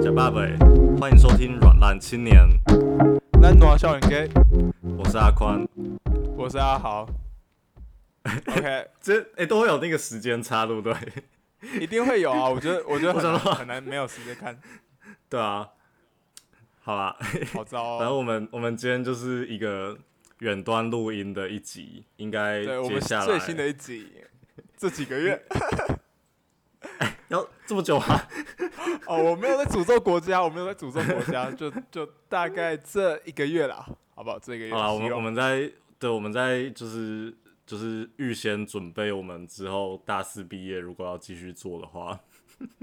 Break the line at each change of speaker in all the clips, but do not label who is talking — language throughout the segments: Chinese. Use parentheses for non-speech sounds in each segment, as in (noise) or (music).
假爸爸，欢迎收听《软烂青年》，
咱暖校园 gay，
我是阿宽。
我是
(laughs)
阿豪。OK，
这哎、都会有那个时间差，对不 (laughs) 对？
一定会有啊！
(laughs)
我觉得，我觉得
我
很
想
难
说
很难没有时间看，
对啊，好啦，
好
(laughs)
糟
反正
哦。
我们我们今天就是一个远端录音的一集，应该
对我
接
们
下来
最新的一集，这几个月
要这么久
(laughs)
啊？
哦，我没有在诅咒国家，我没有在诅咒国
(laughs)
家，就就大概这一个月啦，好不好？这一个月
好啦，我
希
们我
望
们在对我们在就是就是预先准备，我们之后大四毕业如果要继续做的话，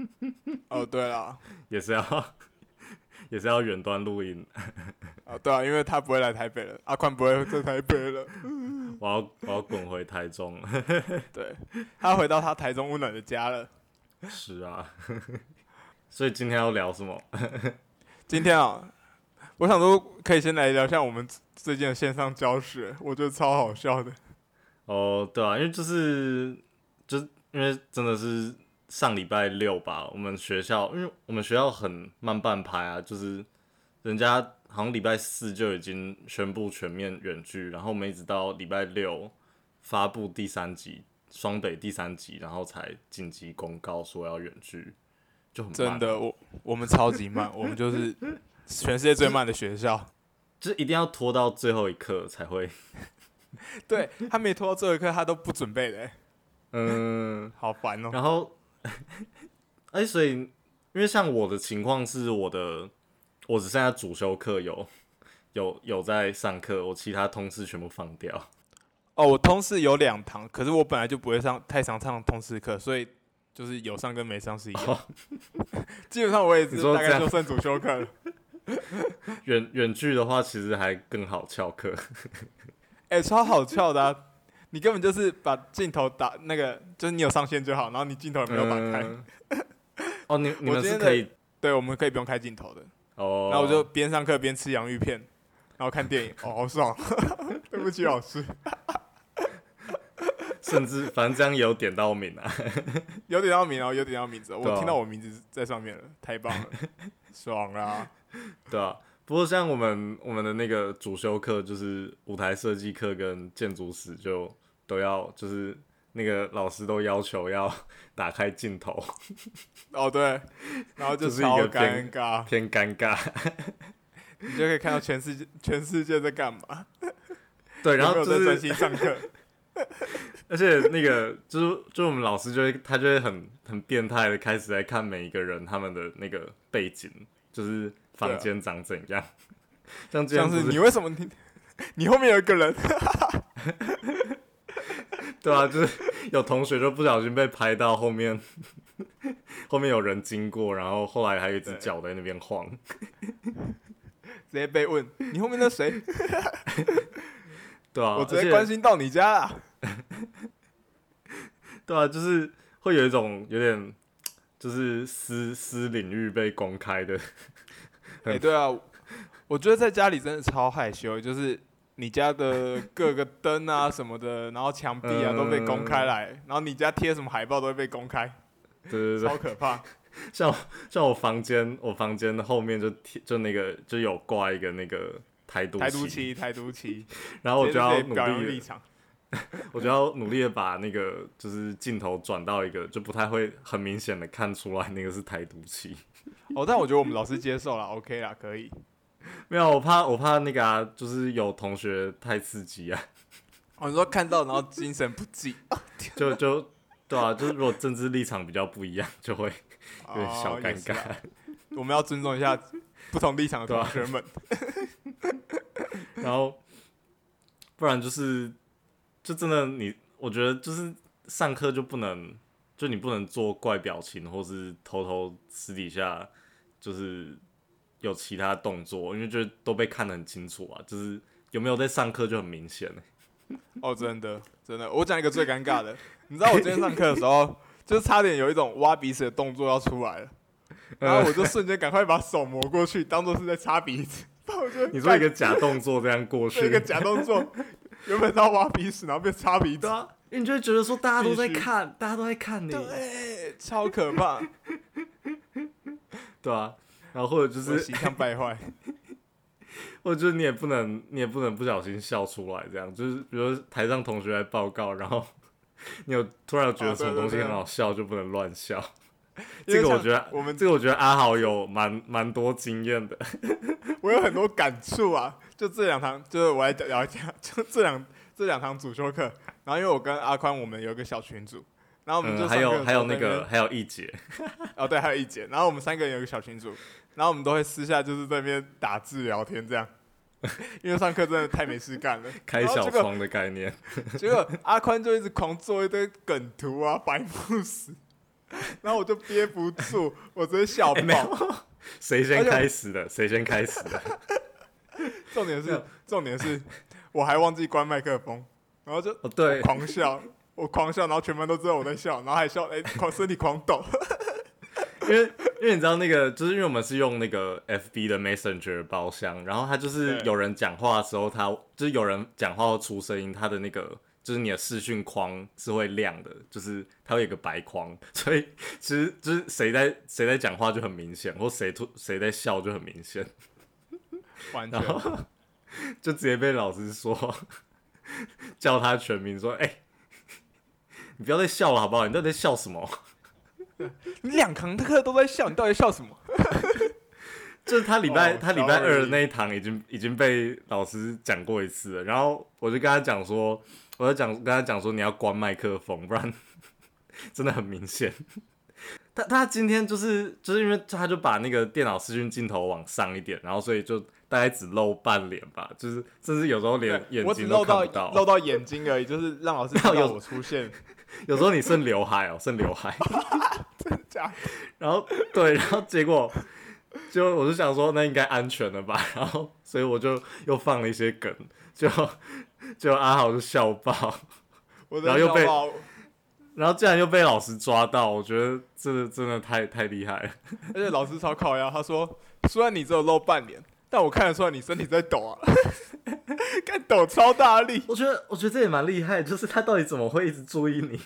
(laughs)
哦，对了，
也是要 (laughs) 也是要远端录音。
哦对啊，因为他不会来台北了，阿宽不会在台北了，
我要我要滚回台中。
对他回到他台中温暖的家了。
是啊， (laughs) 所以今天要聊什么？
今天啊，我想说可以先来聊一下我们最近的线上教学，我觉得超好笑的。
哦，对啊，因为就是就是因为真的是上礼拜六吧，我们学校因为我们学校很慢半拍啊，就是人家好像礼拜四就已经宣布全面远距，然后我们一直到礼拜六发布第三集双北第三集，然后才紧急公告说要远距，就很慢
真的，我我们超级慢， (laughs) 我们就是全世界最慢的学校。
就是一定要拖到最后一刻才会。
对他没拖到最后一刻，他都不准备的、欸
嗯，
好烦哦、
然后， (laughs) 哎、所以因为像我的情况是，我的我只剩下主修课有有有在上课，我其他通识全部放掉。
哦，我通识有两堂，可是我本来就不会上太常上通识课，所以就是有上跟没上是一样。 (laughs)
哦
基本上我也只
你说
大
这
概
样
就剩主修课了。 (laughs)
远远距的话，其实还更好翘课。
哎、超好笑的、啊，你根本就是把镜头打那个，就是你有上线就好，然后你镜 (laughs) 头也没有打开。
嗯哦，
(laughs)
你你
我
们
今
是
天
可以
对，我们可以不用开镜头的。
哦，
然后我就边上课边吃洋芋片，然后看电影，哦，好爽。 (laughs) 对不起，老师，
甚至反正这样也有点到名啊。
有点到名哦，有点到名字哦，
对
我
啊
听到我名字在上面了，太棒了，爽啦！
对啊，不过像我们我们的那个主修课，就是舞台设计课跟建筑史，就都要就是那个老师都要求要 (laughs) 打开镜头，
哦对，然后就
就是一个
超尴
边
尬，
偏尴尬。
你就可以看到全世界全世界在干嘛，
(laughs) 对，然后
有没
就
有在专
是，
心上课，
而且那个 (laughs) 就是就我们老师就会他就会很很变态的开始在看每一个人他们的那个背景，就是
对
房
啊
间长怎样。像 (laughs) 这样
(laughs) 像
子
是，你为什么你 (laughs) 你后面有一个人，
对啊，就是有同学就不小心被拍到后面， (laughs) 后面有人经过，然后后来还有一只
对
脚在那边晃。
直接被问你后面那谁，
对啊，
我直
而
接
且
关心到你家啦。
对啊，就是会有一种有点就是私私领域被公开的，
哎、
很
对啊，我觉得在家里真的超害羞，就是你家的各个灯啊什么的，然后墙壁啊
嗯
都被公开来，然后你家贴什么海报都会被公开，
对对对
超，可怕。
像像我 (laughs) 房间，我房间的后面就贴就那个就有挂一个那个台独
台独，旗，台独旗，
然后我
直
就
接
要
可以
努
表扬
力
立
地，
场。
我就要努力的把那个就是镜头转到一个就不太会很明显的看出来那个是台独旗。
哦，但我觉得我们老师接受了，OK 啦，可以。
没有，我怕我怕那个啊，就是有同学太刺激啊， (laughs)
哦我、你说看到然后精神不济，
就就对啊，就是如果政治立场比较不一样，就会有点小
哦
尴。
也
尬。
是啦我们要尊重一下不同立场的
对啊
同学们。
然后不然就是，就真的你，我觉得就是上课就不能，就你不能做怪表情，或是偷偷私底下就是有其他动作，因为就都被看得很清楚啊，就是有没有在上课就很明显、欸。
哦，真的，真的，我讲一个最尴尬的，你知道我今天上课的时候，就是差点有一种挖鼻屎的动作要出来了，然后我就瞬间赶快把手挪过去，当做是在擦鼻子，但我觉得
你做一
干 (laughs)
个假动作这样过
做一
去 (laughs)
个，假动作，原本到挖鼻屎，然后被擦鼻子
对，啊，因为你就会觉得说大家都在
必须
看，大家都在看你，
对，超
(laughs)
可怕，
对啊，然后或者就
我
是，
形象败坏。
或者就是你也不能，你也不能不小心笑出来，这样就是，比如说台上同学来报告，然后 (laughs) 你有突然有觉得
哦
什
对
么东西
对对
很好笑，就不能乱笑。
因
(laughs) 这
为
个我
像
觉得
我们
这个我觉得阿豪有蛮蛮多经验的，
我有很多感触啊，就这两堂，就是我来讲聊一下，就这两这两堂主修课，然后因为我跟阿宽我们有一个小群组，然后我们就
嗯，
上
还
课的时
有
候
还有
在
那
边
个还有一姐，
哦，对，还有一姐。然后我们三个人有一个小群组，然后我们都会私下就是在那边打字聊天这样， (laughs) 因为上课真的太没事干了。
(laughs) 开
然后
小
结果
窗的概
(laughs)
念，
结果阿宽就一直狂做一堆梗图啊，白目死。 (laughs) 然后我就憋不住，我直接笑爆。
哎没有谁
哦
先
而且我
开始的？谁先开始的？ (laughs)
重点
没
是
有，
重点是，我还忘记关麦克风，然后就
哦，对，
狂笑，我狂笑，然后全班都知道我在笑，然后还笑，哎、狂身体狂抖。
(laughs) 因为因为你知道那个，就是因为我们是用那个 FB 的 Messenger 包厢，然后它就是
对
有人讲话的时候，它就是有人讲话会出声音，它的那个就是你的视讯框是会亮的，就是它会有一个白框，所以其实就是谁在谁在讲话就很明显，或谁突谁在笑就很明显，
完全
然，后 (laughs) 就直接被老师说叫他全名说，哎、你不要再笑了好不好？你到底在笑什么？
你两堂课都在笑，你到底笑什么？
就是他礼拜、
哦
他礼拜
sorry
二的那一堂已经已经被老师讲过一次了，然后我就跟他讲说，我就讲跟他讲说你要关麦克风，不然 (laughs) 真的很明显。他他今天就是就是因为他就把那个电脑视讯镜头往上一点，然后所以就大概只露半脸吧，就是甚至有时候连
对
眼
我只
睛
露
都看
到
不到，
露到眼睛而已，就是
(laughs)
让老师知道我出现。
有时候你剩刘海哦，剩刘海。
这样，
然后 (laughs) 对，然后结果就我就想说那应该安全了吧，然后所以我就又放了一些梗，就就阿豪就笑爆，
我
然后又被
真的笑爆
然后竟然又被老师抓到，我觉得这真的太太厉害了。
而且老师超考呀，他说虽然你只有露半脸，但我看得出来你身体在抖啊， (laughs) 看抖超大力，
我觉得我觉得这也蛮厉害，就是他到底怎么会一直注意你？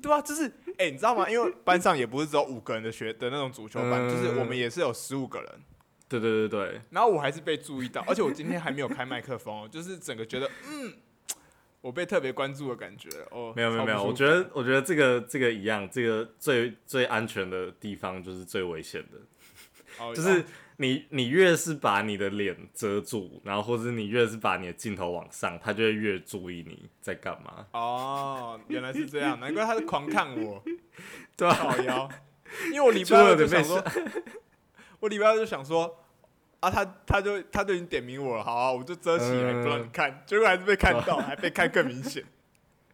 对啊，就是哎、你知道吗？因为班上也不是只有五个人的学的那种足球班，
嗯
就是我们也是有十五个人。
(laughs) 对对对对，
然后我还是被注意到，而且我今天还没有开麦克风哦，就是整个觉得嗯，我被特别关注的感觉哦。
没有没有没有，我觉
得
得我觉得这个这个一样，这个最最安全的地方就是最危险的，
哦
就是你你越是把你的脸遮住，然后或者你越是把你的镜头往上，他就会越注意你在干嘛，
哦，原来是这样，难怪他是狂看我，
(laughs) 对吧、
靠腰，因为我礼
就
拜
有
二就
点被
想
吓
说， (laughs) 我礼拜二就想说，啊，他他就他就已经点名我了，好、啊，我就遮起来
嗯
不让你看，结果还是被看
啊
到，还被看更明显，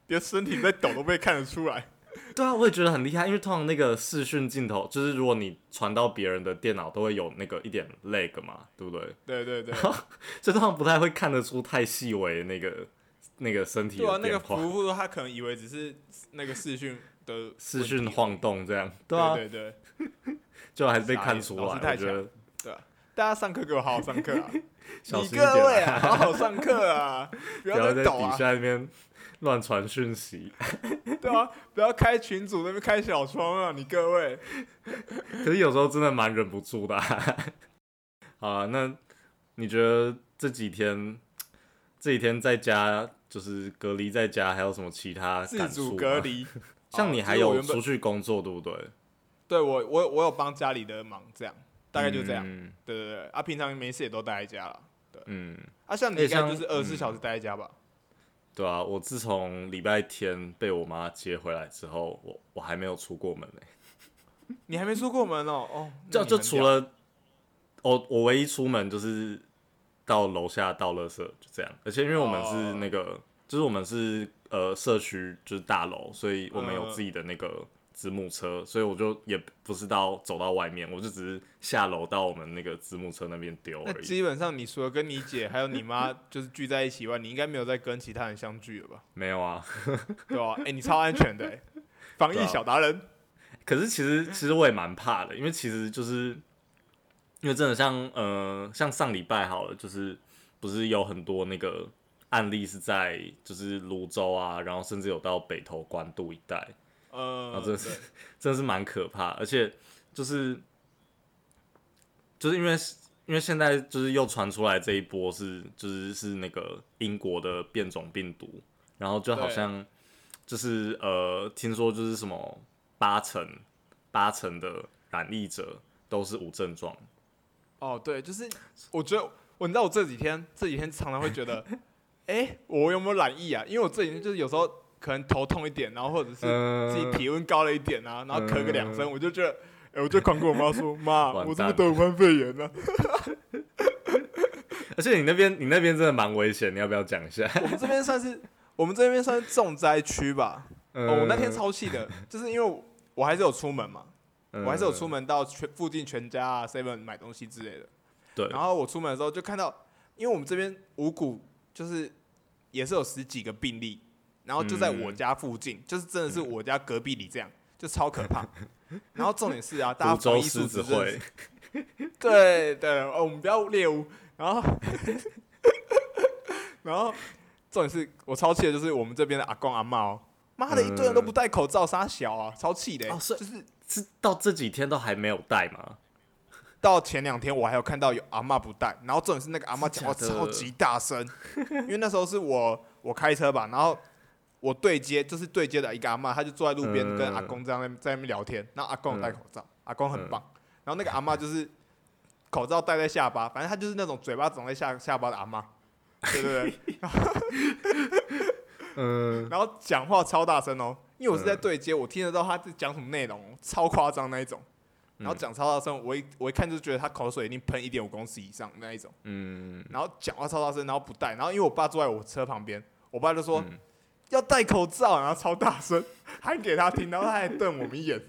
连身体在抖都被看得出来。
对啊，我也觉得很厉害，因为通常那个视讯镜头，就是如果你传到别人的电脑，都会有那个一点 lag 嘛，对不对？
对对对，
所以通常不太会看得出太细微的那个那个身体
对啊
的，
那个
变化，
服务他可能以为只是那个视讯的
视
问题
讯晃动这样，对啊，
对对对，
就还是被看出来，
老师太
我觉
强
得
大家上课给我好好上课啊！
(laughs) 小
你
心一点啊
各位啊，好好上课啊，不
不
要
要
再
在
抖
底
啊！
下那边乱传讯息。
(laughs) 对啊，不要开群组那边开小窗啊！你
(laughs)
各位，
可是有时候真的蛮忍不住的、啊。 (laughs) 好啊，那你觉得这几天这几天在家就是隔离在家，还有什么其他
自
感触
主
吗
隔？离， (laughs)
像你
哦
还
就是我
有
原本
出去工作，对不对？
对我我我有帮家里的忙，这样大概就这样。
嗯
对对对，啊，平常没事也都待在家了。
嗯，
啊，像你
哎
应该
像
就是二十四
嗯
小时待在家吧？
对啊，我自从礼拜天被我妈接回来之后，我我还没有出过门呢、
你还没出过门哦，哦，那
就
你
就
很
除
屌
了我，我唯一出门就是到楼下倒垃圾，就这样。而且因为我们是
哦
那个，就是我们是呃社区就是大楼，所以我们有
嗯
自己的那个子母车，所以我就也不是到走到外面，我就只是下楼到我们那个子母车那边丢
那
而已。
基本上你除了跟你姐还有你
(laughs)
妈就是聚在一起以外，你应该没有再跟其他人相聚了吧？
没有啊，
对吧、啊？哎、你超安全的、欸，防
对
疫
啊
小达人。
可是其实其实我也蛮怕的，因为其实就是因为真的像呃像上礼拜好了，就是不是有很多那个案例是在就是泸州啊，然后甚至有到北投关渡一带，
呃，
啊真的是 (laughs) 真的是蛮可怕，而且就是就是因为因为现在就是又传出来这一波是就是是那个英国的变种病毒，然后就好
对
像就是呃听说就是什么八成八成的染疫者都是无症状，
哦，对，就是我觉得，我你知道我这几天这几天常常会觉得，哎、我有没有染疫啊？因为我这几天就是有时候可能头痛一点，然后或者是
嗯
自己体温高了一点啊，然后咳个两声，我就觉得，哎、我就狂跟我妈说，妈，
完
我是
蛋
不
了
是得武汉肺炎了、
而且你那边你那边真的蛮危险，你要不要讲
(laughs)
一下？
我们这边算是我们这边算是重灾区吧。
嗯
哦，我那天超气的，就是因为我我还是有出门嘛，
嗯
我还是有出
门，
门到全附近全家啊、Seven 买东西之类的。
对，
然后我出门的时候就看到，因为我们这边五股就是也是有十几个病例，然后就在
嗯
我家附近，就是真的是我家隔壁里这样，就超可
(laughs)
怕。然后重点是啊，
泸
大家防
州
疫素
狮
质
子
真的
会
是，对对，哦，我们不要猎物。然后， (laughs) 然后重点是我超气的就是我们这边的阿公阿嬷哦，妈的一堆人
嗯
都不戴口罩，傻小啊，超气的欸、
哦所以
就是
是到这几天都还没有戴吗？
到前两天我还有看到有阿嬷不戴，然后重点是那个阿嬷讲话
真的假的
超级大声，因为那时候是我我开车吧，然后我对接就是对接的一个阿嬷，她就坐在路边
嗯
跟阿公在那边在那边聊天，然后阿公有戴口罩，阿公很棒，然后那个阿嬷就是口罩戴在下巴，反正她就是那种嘴巴长在下下巴的阿嬷，对对对， (laughs)
嗯，
然后讲话超大声哦，因为我是在对接，我听得到她在讲什么内容，哦超夸张那一种。然后讲超大声，我一我一看就觉得她口水一定喷一点五公尺以上那一种。
嗯，
然后讲话超大声，然后不戴，然后因为我爸坐在我车旁边，我爸就说、
嗯
要戴口罩，然后超大声喊给他听，然后他还瞪我们一眼，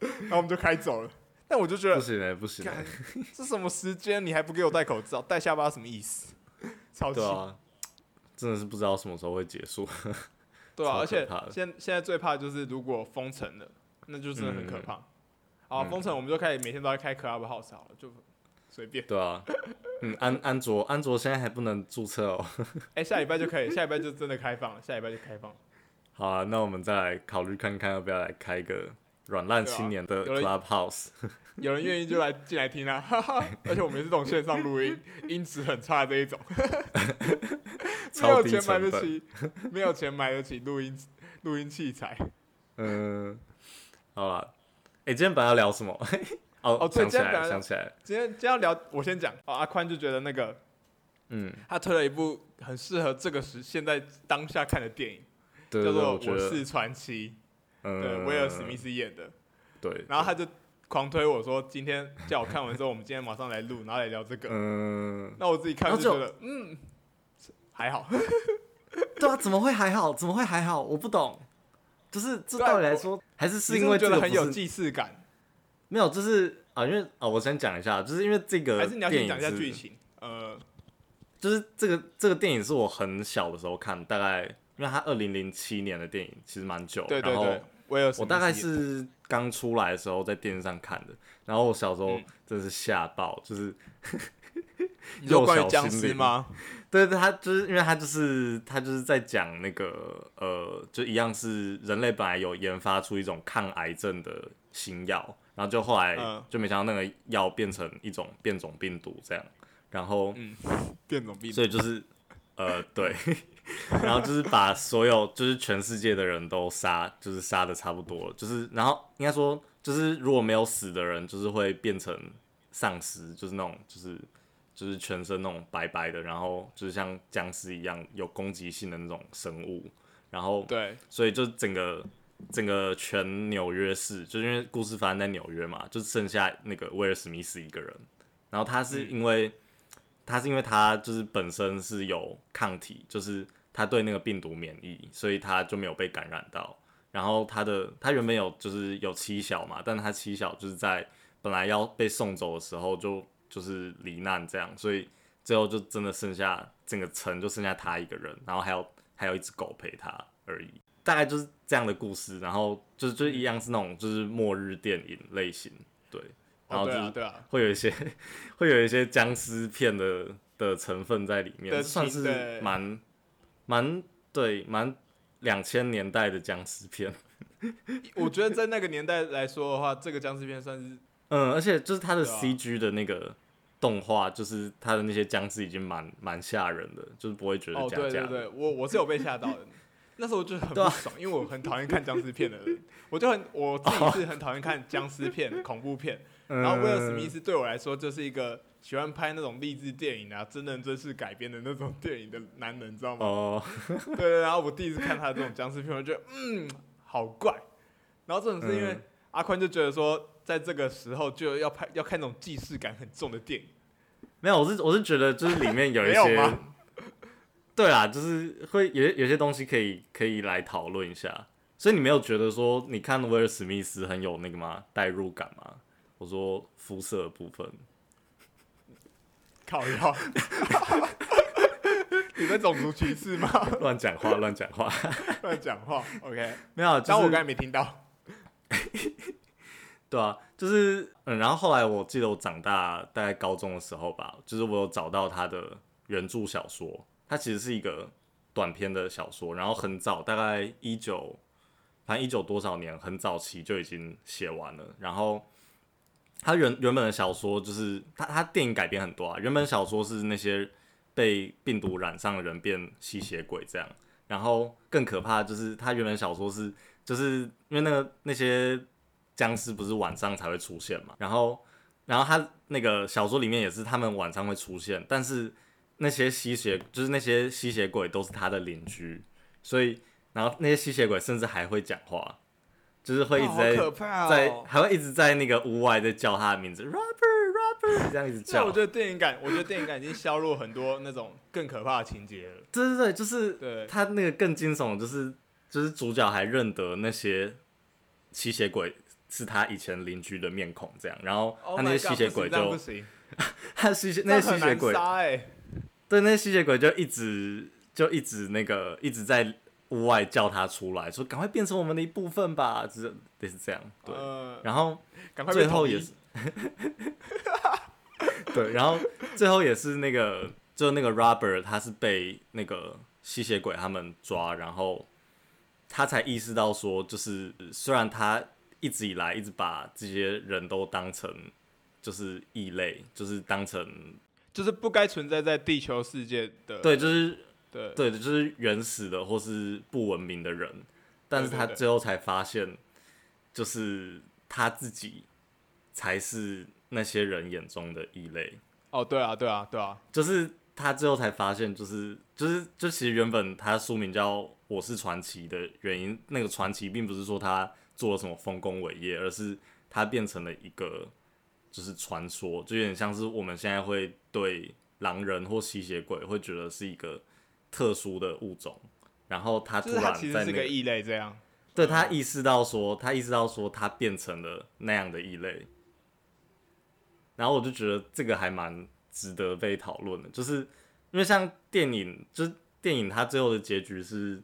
然后我们就开走了。但我就觉
不
得，
行哎、不行、
干
欸，
这什么时间你还不给我戴口罩，戴下巴什么意思？ (laughs) 超气
对，啊，真的是不知道什么时候会结束。 (laughs)
对啊，
超
而且
可怕的
现现在最怕的就是如果封城了，那就真的
嗯
很可怕。啊，封城我们就开始每天都在开 Clubhouse 好了，就随便。
对啊，嗯，安安卓安卓现在还不能注册哦。 (laughs)
哎、下礼拜就可以，下礼拜就真的开放了，下礼拜就开放了。
好啊，那我们再来考虑看看要不要来开一个软烂青年的
对啊有 (laughs)
Clubhouse。
有人愿意就来进来听啊，哈哈
(laughs)
而且我们也是这种线上录音，音质很差的这一种，没
超
有
低
钱买
成
得
本 (laughs)
起，没有钱买得起录音录音器材。
嗯，好啦，哎、今天本来要聊什么？ (laughs) 哦
哦
想
对
起
今天
来
本
了，
来
想起来了，
今天今天要聊，我先讲哦，阿宽就觉得那个
嗯，
他推了一部很适合这个时现在当下看的电影，
对对对，
叫做
我
《
觉
我
得，
是传奇》，对，
嗯，
威尔史密斯演的。
对，
然后他就狂推我说，今天叫我看完之后，我们今天马上来录，然后来聊这个。
嗯，
那我自己看
然
就
后
觉
就
得，嗯，还好。
(laughs) 对啊，怎么会还好？怎么会还好？我不懂，就是这
对啊
道理来说，还是是
你
因为
不
这
是觉
个
得很
不
有
是
既视感。
没有，就是啊，因为啊，我先讲一下，就是因为这个
还是你要
电
先
影
讲一下
是哦
剧情？呃，
就是这个这个电影是我很小的时候看，大概因为它二零零七年的电影，其实蛮久。
对对
然
对
后，
威尔史密斯
我大概是刚出来的时候在电视上看的，然后我小时候
嗯
真是吓爆，就是
你说
幼
关于
小
僵
心
尸
灵
吗？
对对，他就是因为他就是他就是在讲那个呃，就一样是人类本来有研发出一种抗癌症的新药，然后就后来
嗯
就没想到那个药变成一种变种病毒这样，然后
变种病毒
所以就是呃对， (laughs) 然后就是把所有就是全世界的人都杀，就是杀的差不多了，就是然后应该说就是如果没有死的人，就是会变成丧尸，就是那种就是就是全身那种白白的，然后就是像僵尸一样有攻击性的那种生物，然后
对，
所以就整个整个全纽约市，就是因为故事发生在纽约嘛，就剩下那个威尔史密斯一个人。然后他是
嗯
因为、他是因为他就是本身是有抗体，就是他对那个病毒免疫，所以他就没有被感染到。然后他的他原本有就是有七小嘛，但他七小就是在本来要被送走的时候就就是罹难这样，所以最后就真的剩下整个城就剩下他一个人，然后还有还有一只狗陪他而已。大概就是这样的故事，然后就是就是一样是那种就是末日电影类型，对，然
哦
后就
对
是、
啊对啊，
会有一些会有一些僵尸片的的成分在里面，
的
这算
情
是
对
蛮蛮对蛮两千年代的僵尸片。
我觉得在那个年代来说的话，这个僵尸片算是
嗯，而且就是它的
对啊
CG 的那个动画，就是它的那些僵尸已经蛮蛮吓人的，就是不会觉得
哦，
假
对
假
对
的。
对，我我是有被吓到的。 (laughs) 那时候我就很
对
不
啊
爽，因为我很讨厌看僵尸片的
(laughs)
人，我就很我自己是很讨厌看僵尸片、恐怖片。
嗯
然后威尔史密斯对我来说就是一个喜欢拍那种励志电影啊、真人真事改编的那种电影的男人，你知道吗？
哦，
对对。对然后我第一次看他的这种僵尸片，我就觉得嗯，好怪。然后这种是因为
嗯
阿宽就觉得说，在这个时候就要拍要看那种既视感很重的电影。
没有，我是我是觉得就是里面有一
没有
些
吗，
对啦，就是会有有些东西可以可以来讨论一下。所以你没有觉得说你看威尔史密斯很有那个吗？代入感吗？我说肤色的部
(laughs)
分，
靠腰， (laughs) 你在种族歧视吗？ (laughs)
乱讲话，乱讲话，
乱讲话，OK。
没有，啊就是
当我刚才没听到，
对啊，就是嗯，然后后来我记得我长大大概高中的时候吧，就是我有找到他的原著小说，它其实是一个短篇的小说，然后很早，大概一九，反正一九多少年，很早期就已经写完了。然后他原原本的小说就是他他电影改编很多啊，原本小说是那些被病毒染上的人变吸血鬼这样，然后更可怕的就是他原本小说是就是因为那个那些僵尸不是晚上才会出现嘛，然后然后他那个小说里面也是他们晚上会出现，但是那些吸血就是那些吸血鬼都是他的邻居，所以然后那些吸血鬼甚至还会讲话，就是会一直在
哦好可怕
在
哦。
还会一直在那个屋外在叫他的名字，rapper rapper，这样一直
那
叫
我。觉得电影感，我觉得电影感已经削弱很多那种更可怕的情节了。
对对对，就是
对，
他那个更惊悚，的就是就是主角还认得那些吸血鬼是他以前邻居的面孔，这样，然后
Oh
他那
my
些
God，
吸血鬼
不行这样
就
不行，
(laughs) 他吸血
这
那
样
些吸
很
血
难
鬼
杀哎，
对，那些吸血鬼就一直就一直那个一直在屋外叫他出来，说赶快变成我们的一部分吧，就是类似这样，对，
呃，
然后。
赶快被
最后
统一
也是，， (laughs) 对，然后最后也是那个，就那个 Robert 他是被那个吸血鬼他们抓，然后他才意识到说，就是呃虽然他一直以来一直把这些人都当成就是异类，就是当成
就是不该存在在地球世界的。
对，就是
对
对，就是原始的或是不文明的人，但是
对对
他
对
最后才发现，就是他自己才是那些人眼中的异类，
哦，对啊，对啊，对啊，
就是他最后才发现、就是，就是就其实原本他书名叫《我是传奇》的原因，那个传奇并不是说他做了什么丰功伟业，而是他变成了一个就是传说，就有点像是我们现在会对狼人或吸血鬼会觉得是一个特殊的物种，然后他突
就是它
然
其
在
实
那
是个异类这样。
对他意识到说，他意识到说他变成了那样的异类，然后我就觉得这个还蛮值得被讨论的，就是因为像电影，就是电影它最后的结局是，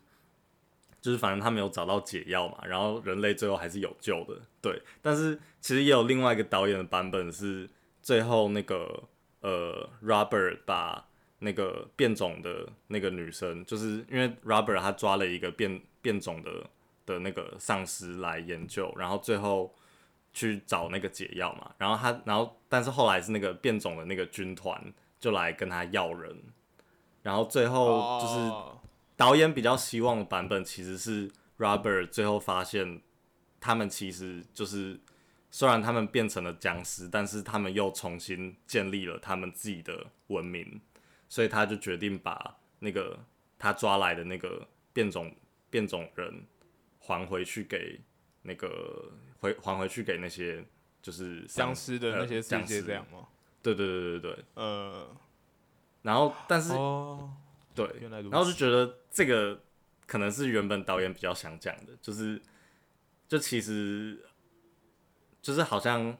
就是反正他没有找到解药嘛，然后人类最后还是有救的，对。但是其实也有另外一个导演的版本是，最后那个呃 Robert 把那个变种的那个女生，就是因为 Robert 他抓了一个变变种的的那个丧尸来研究，然后最后去找那个解药嘛。然后他，然后但是后来是那个变种的那个军团就来跟他要人，然后最后就是
哦
导演比较希望的版本其实是 Robert 最后发现他们其实就是虽然他们变成了僵尸，但是他们又重新建立了他们自己的文明，所以他就决定把那个他抓来的那个变种变种人还回去给那个回还回去给那些就是
僵，尸的那
呃
些世
僵
界
尸
这样吗？
对对对对对。
呃，
然后但是
哦，
对，
原来如
然后就
此
觉得这个可能是原本导演比较想讲的，就是就其实就是好像，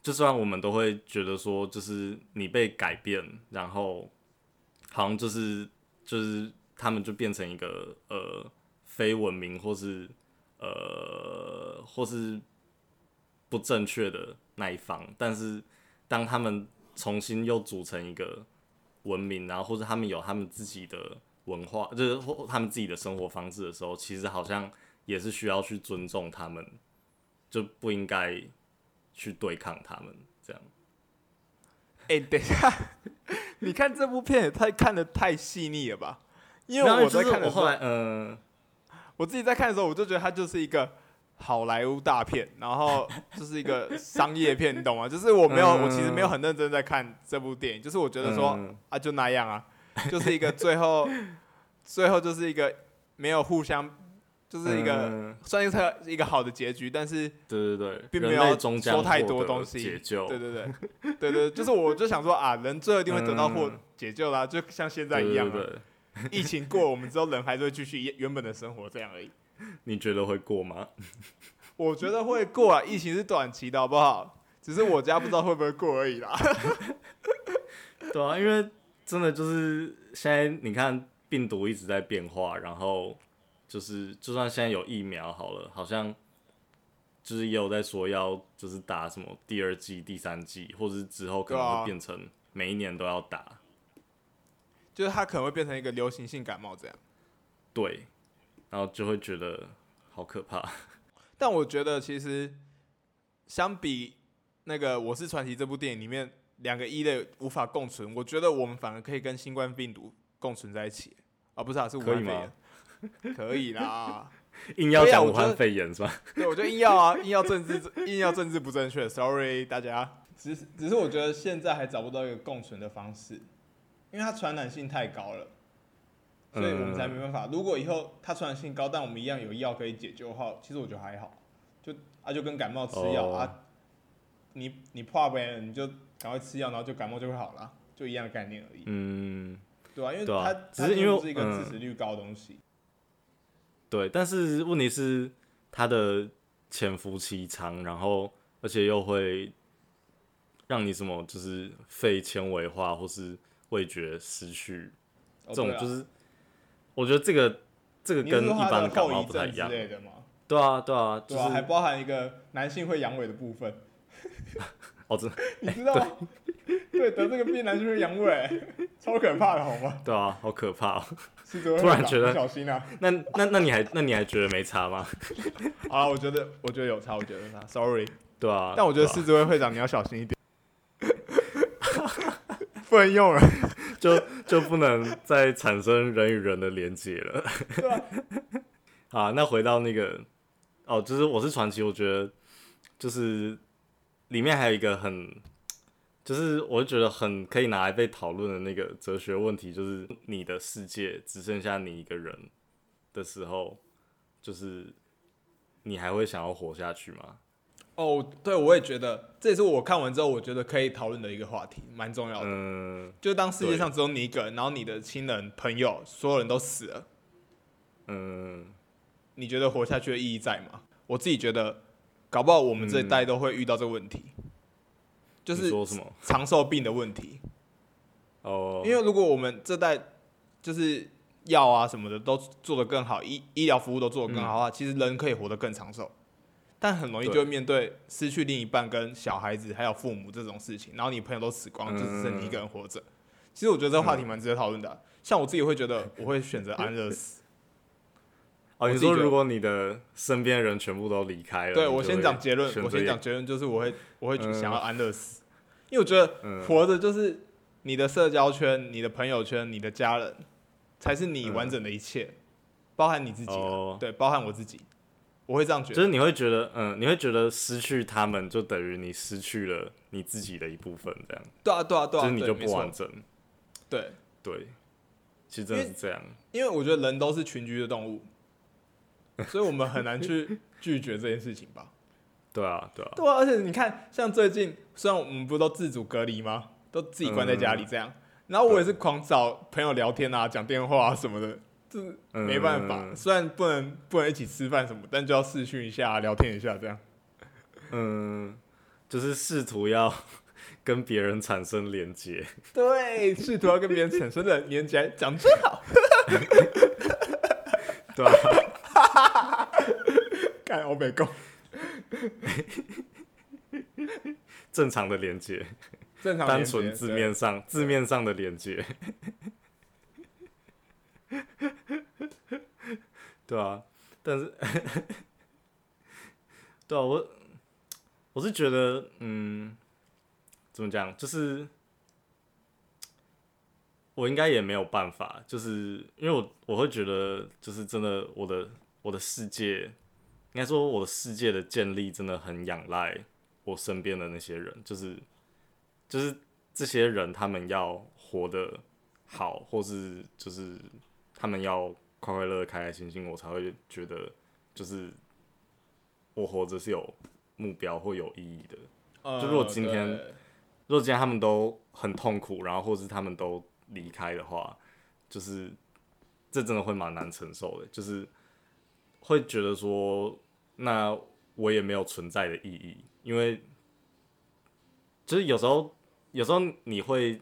就虽然我们都会觉得说，就是你被改变，然后好像就是就是他们就变成一个呃非文明或是呃或是不正确的那一方，但是当他们重新又组成一个文明，然后或者他们有他们自己的文化，就是或他们自己的生活方式的时候，其实好像也是需要去尊重他们，就不应该去对抗他们这样。
哎、等一下，你看这部片也太看的太细腻了吧？因为
然后
我
就
在
是
看的
我
时候，
后来，嗯、
我自己在看的时候，我就觉得它就是一个好莱坞大片，然后就是一个商业片，你懂吗？就是我没有，我其实没有很认真在看这部电影，就是我觉得说、
嗯
啊，就那
(laughs)
样啊，就是一个最后，最后就是一个没有互相，就是一个、
嗯
算是它一个好的结局，但是
对对对，
并没
人
有
类终将
说太
获
多
得
东西
解救，
对对对，对对，就是我就想说啊，人最后一定会得到或
嗯
解救啦，就像现在
对
一样、啊，
对对
疫情过，我们之后人还是会继续原本的生活这样而已。
你觉得会过吗？
我觉得会过啊，疫情是短期的好不好？只是我家不知道会不会过而已啦。
(laughs) 对啊，因为真的就是现在，你看病毒一直在变化，然后就是就算现在有疫苗好了，好像就是也有在说要就是打什么第二季、第三季，或者是之后可
对
能
啊
会变成每一年都要打。
就是它可能会变成一个流行性感冒这样。
对，然后就会觉得好可怕。 (laughs)
但我觉得其实相比那个《我是传奇》这部电影里面两个一类无法共存，我觉得我们反而可以跟新冠病毒共存在一起。啊，不是啊，是武
可以
汉肺
吗
炎。 (laughs) 可以啦，
硬要
对啊
讲
我
武
觉得
汉肺炎是吧？ (laughs)
对，我就硬要啊，硬要政治，硬要政治不正确，sorry 大家。只是只是我觉得现在还找不到一个共存的方式，因为它传染性太高了，所以我们才
嗯
没办法。如果以后它传染性高，但我们一样有药可以解救的话，其实我觉得还好，就啊就跟感冒吃药、
哦
啊，你你怕呗，你就赶快吃药，然后就感冒就会好了，就一样的概念而已，
嗯。
对吧、因为
对啊
它
只
它
是因为
并不是一个
嗯
致死率高的东西，
对，但是问题是它的潜伏期长，然后而且又会让你什么就是肺纤维化或是味觉失去，
哦
这种
对啊
就是我觉得这个这个
你是
跟
说
一
它
般
的
感
后
冒
遗
不太
症
一
之
样。
类的吗？
对啊，对啊，就
对啊，还
是
包含一个男性会阳痿的部分，
哦，真的
你知道吗？ (laughs) 对，得这个病男性会阳痿， (laughs) 超可怕的，好吗？
对啊，好可怕、哦。
是多
突然觉得
小心啊！
那那那你还那你还觉得没差吗？
(laughs) 好了，我觉得我觉得有差，我觉得有差，sorry。
对啊，
但我觉得
对啊
狮子会会长你要小
(laughs)
心一点，不能用了。
就就不能再产生人与人的连接了。
(laughs) 对啊
啊，那回到那个哦，就是我是传奇，我觉得就是里面还有一个很，就是我就觉得很可以拿来被讨论的那个哲学问题，就是你的世界只剩下你一个人的时候，就是你还会想要活下去吗？
哦，对，我也觉得，这也是我看完之后我觉得可以讨论的一个话题，蛮重要的。
嗯
就当世界上只有你一个人，然后你的亲人、朋友，所有人都死了，
嗯，
你觉得活下去的意义在吗？我自己觉得，搞不好我们这一代都会遇到这个问题，就
嗯你
是
说什么？
长寿病的问题。
哦，
因为如果我们这代就是药啊什么的都做得更好，医医疗服务都做得更
嗯
好的话，其实人可以活得更长寿。但很容易就会面对失去另一半、跟小孩子还有父母这种事情，然后你朋友都死光，
嗯
就只剩你一个人活着。其实我觉得这个话题蛮值得讨论的啊、像我自己会觉得，我会选择安乐死。
哦，
我
你
自己
说
觉得
如果你的身边的人全部都离开了，
对
你
我
就
先
会
讲结论
选，
我
择
先
也
讲结论，就是我会我会
嗯
想要安乐死，因为我觉得
嗯
活着就是你的社交圈、你的朋友圈、你的家人，才是你完整的一切，包含你自己啊、
嗯哦
对，包含我自己，我会这样觉
就
得。
是你会觉得，嗯，你会觉得失去他们就等于你失去了你自己的一部分，这样，
对啊，对啊，对啊，
就是你
对
就
没
不完
错
整。
对，
对，其实真的是这样。
因为我觉得人都是群居的动物，所以我们很难去 (laughs) 拒绝这件事情吧。
对啊，对啊，
对啊，而且你看，像最近虽然我们不都自主隔离吗？都自己关在家里这
嗯
样，然后我也是狂找朋友聊天啊，讲电话啊什么的，就是
嗯
没办法。虽然不能不能一起吃饭什么，但就要视讯一下、聊天一下这样。
嗯，就是试图要 (laughs) 跟别人产生连接。
对，试图要跟别人产生的连接，讲最好。
(laughs) 对啊，
(laughs) 看欧美共，
正常的连接，
正常连
单
接
纯字面上字面上的连接。 (laughs) 对啊，但是，对啊，我我是觉得，嗯，怎么讲，就是我应该也没有办法，就是因为我我会觉得，就是真的，我的我的世界，应该说我的世界的建立真的很仰赖我身边的那些人，就是就是这些人，他们要活得好，或是就是他们要快快乐乐、开开心心，我才会觉得就是我活着是有目标或有意义的。
呃
就如果今天
哦
对
如果今天他们都很痛苦，然后或是他们都离开的话，就是这真的会蛮难承受的，就是会觉得说，那我也没有存在的意义，因为就是有时候，有时候你会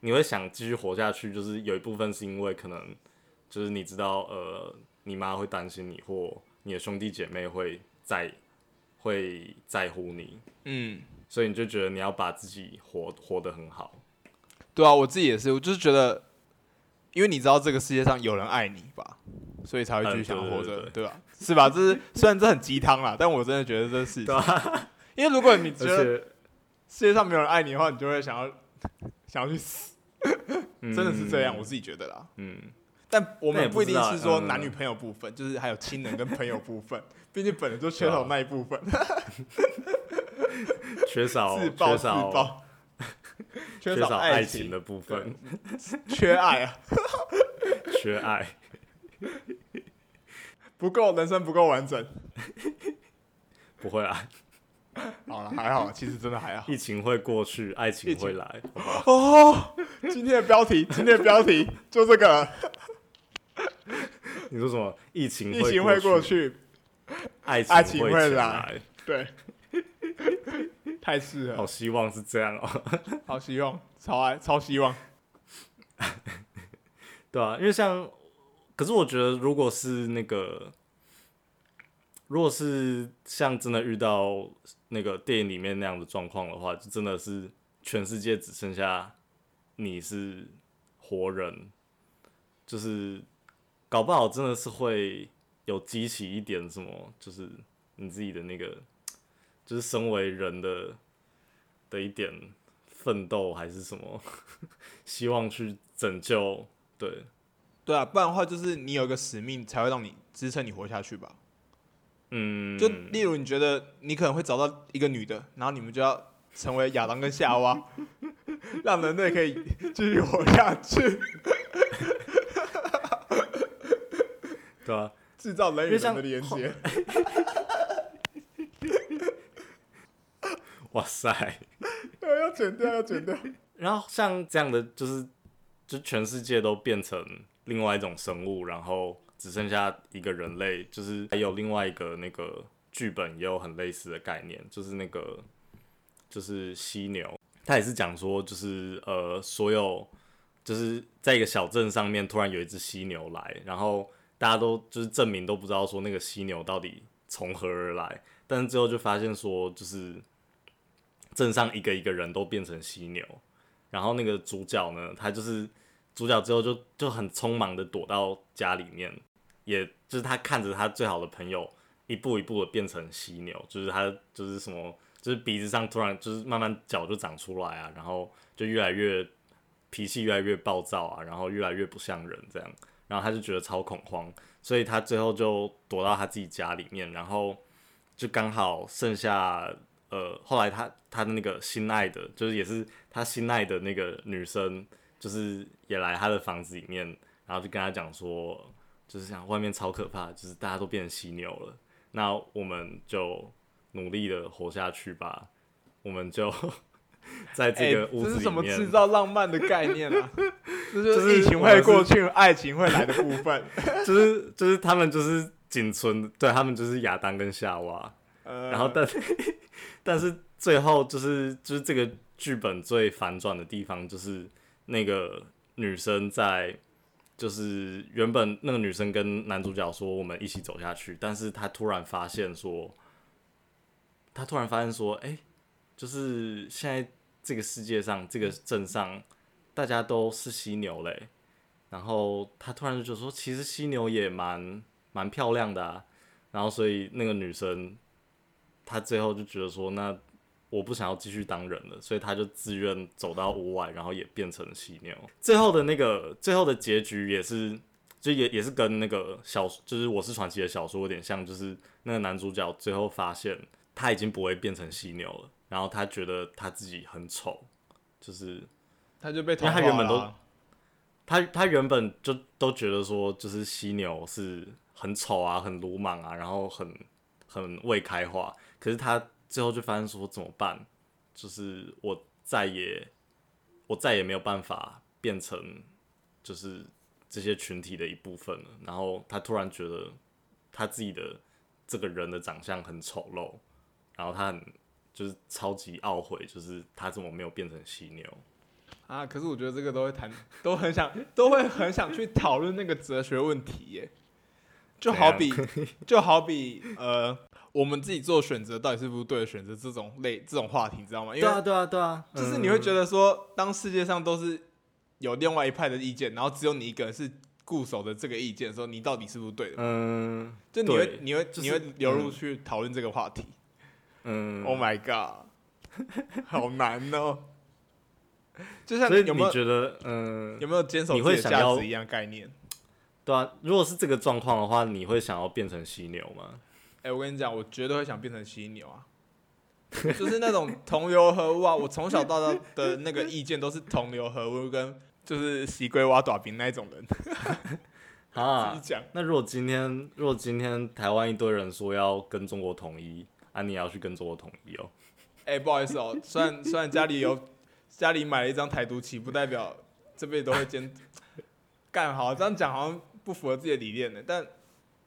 你会想继续活下去，就是有一部分是因为可能就是你知道，呃，你妈会担心你，或你的兄弟姐妹会在会在乎你，
嗯，
所以你就觉得你要把自己活活得很好，
对啊，我自己也是，我就是觉得，因为你知道这个世界上有人爱你吧，所以才会继续想要
嗯对
活
对
着，
对
对吧？是吧？这是虽然这很鸡汤啦，但我真的觉得这是，因为如果你啊觉
啊而
得
且、
世界上没有人爱你的话，你就会想要想要去死，
嗯
(laughs) 真的是这样，我自己觉得啦。
嗯，
但我
那也
们
不
不一定
知道
是说
嗯
男女朋友部分，就是还有亲人跟朋友部分，毕竟本人就
啊
缺少那一部分，
缺少
(laughs) 自爆
缺
自
少 (laughs)
爆，
缺
缺少
爱
情，
的部分，
缺爱啊，
缺爱，
不够人生不够完整。
不会
(laughs)
啊，
好了，还好，其实真的还好。
疫情会过去，爱情
疫情
会来，
哦，今天的标题，今天的标 (laughs) 题就这个，
你说什么？疫情
疫情会过
过，
去，
爱
爱
情
情
会
会
前
来
来，
对， (laughs) 太适合
好，希望是这样哦，
好希望，超爱，超希望，
对啊，因为像，可是我觉得如果是那个，如果是像真的遇到那个电影里面那样的状况的话，就真的是全世界只剩下你是活人，就是搞不好真的是会有激起一点什么，就是你自己的那个，就是身为人的的一点奋斗还是什么， (laughs) 希望去拯救，对。
对啊，不然的话就是你有一个使命，才会让你支撑你活下去吧。
嗯，
就例如你觉得你可能会找到一个女的，然后你们就要成为亚当跟夏娃， (laughs) 让人类可以继续活下去，
对啊，
制造人
因
与
为
人
像
的连接。
哇塞！
对，要剪掉，要剪掉。
然后像这样的，就是就全世界都变成另外一种生物，然后只剩下一个人类，就是还有另外一个那个剧本也有很类似的概念，就是那个就是犀牛，它也是讲说，就是呃，所有就是在一个小镇上面，突然有一只犀牛来，然后大家都就是证明都不知道说那个犀牛到底从何而来，但是最后就发现说，就是镇上一个一个人都变成犀牛，然后那个主角呢，他就是主角之后就就很匆忙的躲到家里面，也就是他看着他最好的朋友一步一步的变成犀牛，就是他就是什么，就是鼻子上突然就是慢慢角就长出来啊，然后就越来越脾气越来越暴躁啊，然后越来越不像人这样，然后他就觉得超恐慌，所以他最后就躲到他自己家里面，然后就刚好剩下呃，后来他他的那个心爱的，就是也是他心爱的那个女生，就是也来他的房子里面，然后就跟他讲说，就是想外面超可怕，就是大家都变成犀牛了，那我们就努力的活下去吧，我们就 (laughs) 在这个屋
哎这
子
是
里
什么
面，
制造浪漫的概念
(laughs)
啊？这
就是
疫情会过去，爱情会来的部
(laughs)
分。
就是就是他们就是仅存，对他们就是亚当跟夏娃，
呃，
然后但 (laughs) 但是最后就是就是这个剧本最反转的地方，就是那个女生在就是原本那个女生跟男主角说我们一起走下去，但是她突然发现说，她突然发现说，哎、就是现在这个世界上这个镇上大家都是犀牛嘞、然后她突然就觉得说，其实犀牛也蛮蛮漂亮的啊。然后所以那个女生她最后就觉得说，那我不想要继续当人了，所以她就自愿走到屋外，然后也变成犀牛。最后的那个最后的结局也是。就也也是跟那个小，就是《我是传奇》的小说有点像，就是那个男主角最后发现他已经不会变成犀牛了，然后他觉得他自己很丑，就是
他就被
因为他原本都他他原本就都觉得说，就是犀牛是很丑啊，很鲁莽啊，然后很很未开化。可是他最后就发现说，怎么办？就是我再也我再也没有办法变成就是这些群体的一部分了。然后他突然觉得他自己的这个人的长相很丑陋，然后他很就是超级懊悔，就是他怎么没有变成犀牛。
啊，可是我觉得这个都会谈，都很想，都会很想去讨论那个哲学问题耶。就好比，
(laughs)
就好比，呃，我们自己做选择到底是不是对的选择这种类这种话题，你知道吗？因
对啊，
为
对啊，对啊，
就是你会
得。
觉得说，当世界上都是有另外一派的意见，然后只有你一个人是固守的这个意见的时候，你到底是不是对的？
嗯，
就嗯你
对
会，你会，
就是
你会流入去讨论这个话题。
嗯，
Oh my god，好难 (laughs) 哦。就像
所以
有没有
你觉得，嗯，
有没有坚守
你
自
会
己的
想
价
要
值一样概念？
对啊，如果是这个状况的话，你会想要变成犀牛吗？
哎、我跟你讲，我绝对会想变成犀牛 (laughs) 啊！就是那种同流合污啊！我从小到大的那个意见都是同流合污跟就是西龟挖短兵那一种人。自
啊，
己讲，
那如果今天，如果今天台湾一堆人说要跟中国统一，啊，你也要去跟中国统一哦。
哎、 (laughs) 不好意思哦，虽然虽然家里有家里买了一张台独旗，不代表这辈子都会坚 (laughs) 干好。这样讲好像不符合自己的理念呢，但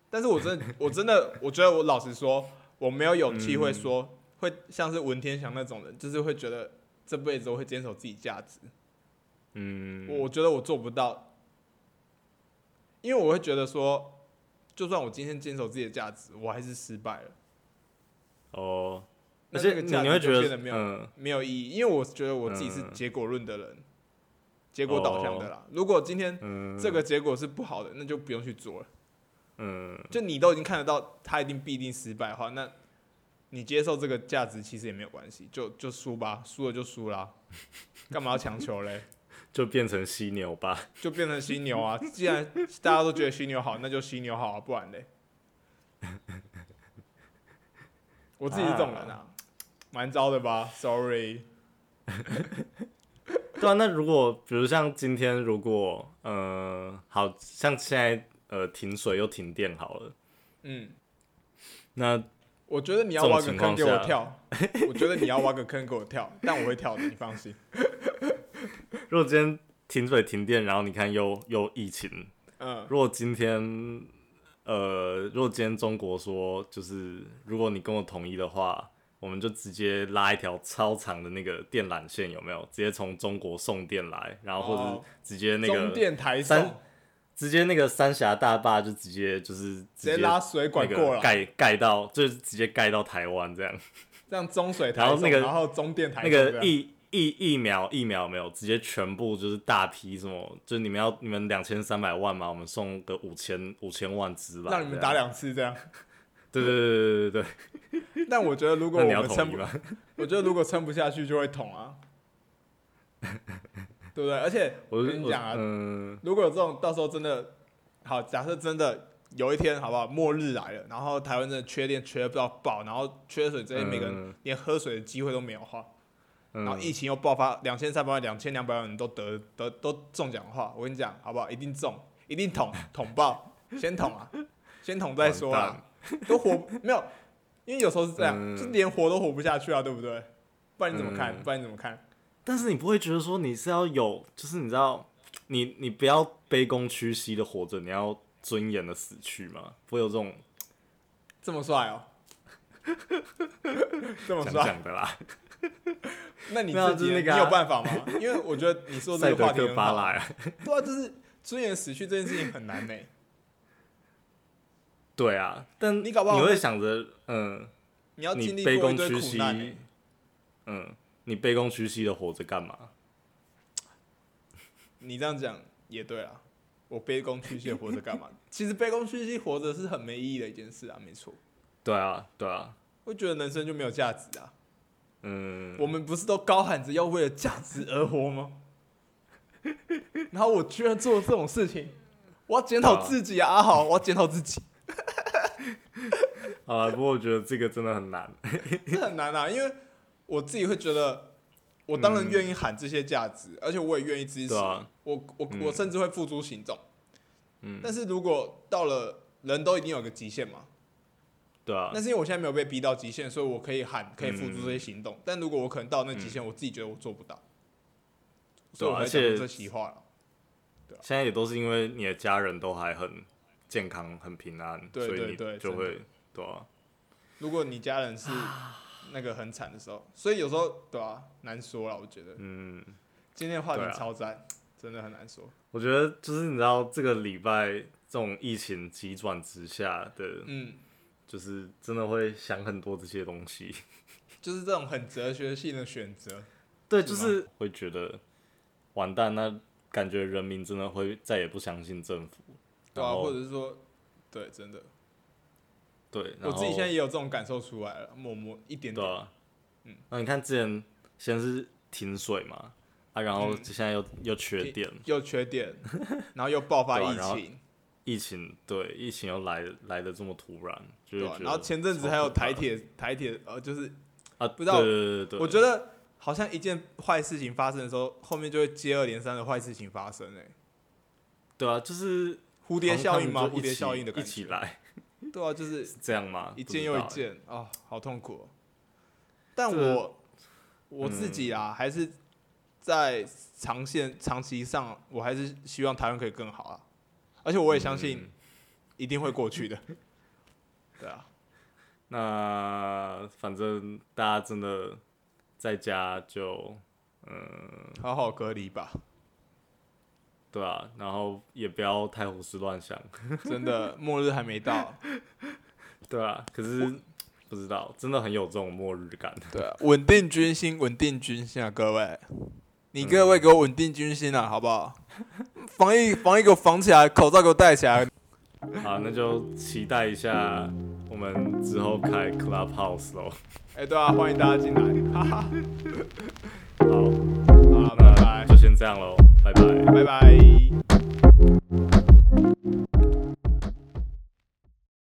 但是我真的我真的我觉得我老实说，我没有勇气会说、会像是文天祥那种人，就是会觉得这辈子我会坚守自己价值。
嗯，
我觉得我做不到，因为我会觉得说，就算我今天坚守自己的价值，我还是失败了，
哦，
那
而且
那个
你
价值
你会
就
觉
变
得，
得没有
嗯，
没有意义。因为我觉得我自己是
嗯哦
结果论的人，结果导向的啦。如果今天
嗯，
这个结果是不好的，那就不用去做了。
嗯，
就你都已经看得到他一定必定失败的话，那你接受这个价值其实也没有关系，就就输吧，输了就
(laughs)
输啦，干嘛要强求嘞？
就变成犀牛吧。 (laughs)
就变成犀牛啊！既然大家都觉得犀牛好，那就犀牛好啊，不
(laughs)
然嘞。我自己是这种人啊，蛮糟的吧？Sorry，
对啊，那如果比如像今天，如果，呃，好像现在，呃，停水又停电好了，
嗯，
那
我觉得你要挖个坑给我
这种情
跳， (laughs) 我觉得你要挖个坑给我跳，但我会跳的，你
(laughs)
放心。
如果今天停水停电，然后你看又又疫情，
嗯，
如果今天呃，如果今天中国说就是如果你跟我同意的话，我们就直接拉一条超长的那个电缆线，有没有？直接从中国送电来，然后或者
哦
是直接那
中
个、
电台
三
送，
直接那个三峡大坝就直接就是
直接拉水管
那
过
个
来，
盖盖到就是直接盖到台湾这样。
让中水台
然后那
送，
个
然后中电台
那
送这
个
样
疫疫疫苗疫苗没有，直接全部就是大批什么，就是你们要你们两千三百万嘛，我们送个五千五千万支吧，
让你们
这样
打。两次这样。
对对对对对对，
(laughs) 但我觉得如果
那
我
你要
们撑
同意
不
吗？
我觉得如果撑不下去就会
(laughs)
捅啊，对不对？而且
我是
跟你讲啊
我嗯
如果有这种到时候真的好，假设真的有一天好不好，末日来了，然后台湾真的缺电缺到爆，然后缺水这些每个人
嗯
连喝水的机会都没有的话，然后
嗯，
疫情又爆发，两千三百万、两千两百万人都得得都中奖的话，我跟你讲好不好？一定中，一
(laughs)
定捅捅爆，先捅啊，先捅再说
完
啊，都活没有，因为有时候是这样，
嗯
就连活都活不下去啊，对不对？不然你怎么看？
嗯
不然你怎么看？
但是你不会觉得说你是要有，就是你知道，你你不要卑躬屈膝的活着，你要尊严的死去吗？不会有这种
这么帅哦、 (laughs) 这么
讲
帅，
讲的啦，
那你
没有
自己
就是
呢、
那个啊
你有办法吗？因为我觉得你说这
赛
个
德
话
(laughs)
题
克
很
巴
好，
莱啊，
对啊，就是尊严死去这件事情很难欸呢、
对啊，但
你搞不好
你
会
会想着嗯。
你要
你
经历
卑
过一
躬
堆
屈
苦
膝
难、欸，，
嗯，你卑躬屈膝的活着干嘛？
你这样讲也对啊，我卑躬屈膝地活着干嘛？ (laughs) 其实卑躬屈膝活着是很没意义的一件事啊，没错。
对啊，对啊，
我觉得人生就没有价值啊。
嗯，
我们不是都高喊着要为了价值而活吗？
(laughs)
然后我居然做了这种事情，我要检讨自己啊！阿豪，我要检讨自己，
好了，不过我觉得这个真的很难。
这很难啊，因为我自己会觉得，我当然愿意喊这些价值，而且我也愿意支持，
嗯对啊
我我
嗯
我甚至会付诸行动。
嗯，
但是如果到了人都一定有个极限嘛，
对啊，
那是因为我现在没有被逼到极限，所以我可以
嗯
喊，可以付出这些行动。但如果我可能到那极限，我自己觉得我做不到，所以我
对啊
才讲
而
出
且
这席话了。
现在也都是因为你的家人都还很健康、很平安，
对对
所以
对
你就
真的
会对啊，
如果你家人是那个很惨的时候，所以有时候对啊，难说了。我觉得
嗯，
今天的话题
对啊
超赞，真的很难说。
我觉得就是你知道这个礼拜这种疫情急转直下的，
嗯，
就是真的会想很多这些东
(laughs)
西。
就是这种很哲学性的选择，
对，
是
就
吗
是会觉得完蛋，那感觉人民真的会再也不相信政府。
对啊，
然后
或者是说，对，真的，
对，
我
然
自
后
己现在也有这种感受出来了，默默一点
对
点。
啊，
嗯
那你看之前先是停水嘛，啊，然后
嗯
现在又、又缺
停
电，
又缺电，然后又爆发
对啊
疫
然后
情，
疫情对疫情又来来的这么突然，就
对
是
啊
觉得
然后前阵子还有
超可怕
台铁，台铁呃，就是
啊，
不知道
对对对对，
我觉得好像一件坏事情发生的时候，后面就会接二连三的坏事情发生、欸，
对啊，就是
蝴蝶效应吗？
好像他们就
蝴
一
蝶
起
效应的感
一
觉
起，来
对啊，就是
这样吗？
一
不
件
知
又一
道欸，
件啊、哦，好痛苦、哦。但
这
我我自己啊，还是在长线、长期上，我还是希望台湾可以更好啊。而且我也相信
嗯
一定会过去的。 (laughs) 对啊，
那反正大家真的在家就
好好隔离吧，
对啊，然后也不要太胡思乱想， (laughs)
真的，末日还没到。
对啊，可是不知道，真的很有这种末日感，
对啊，稳定军心，稳定军心啊，各位，你各位给我稳定军心啊，好不好？ (laughs) 防疫防疫给我防起来，口罩给我戴起来。
好，那就期待一下我们之后开 Clubhouse 咯。
哎、对啊，欢迎大家进来，哈哈，
好，
好，拜拜
就，先这样喽，拜拜。
拜拜。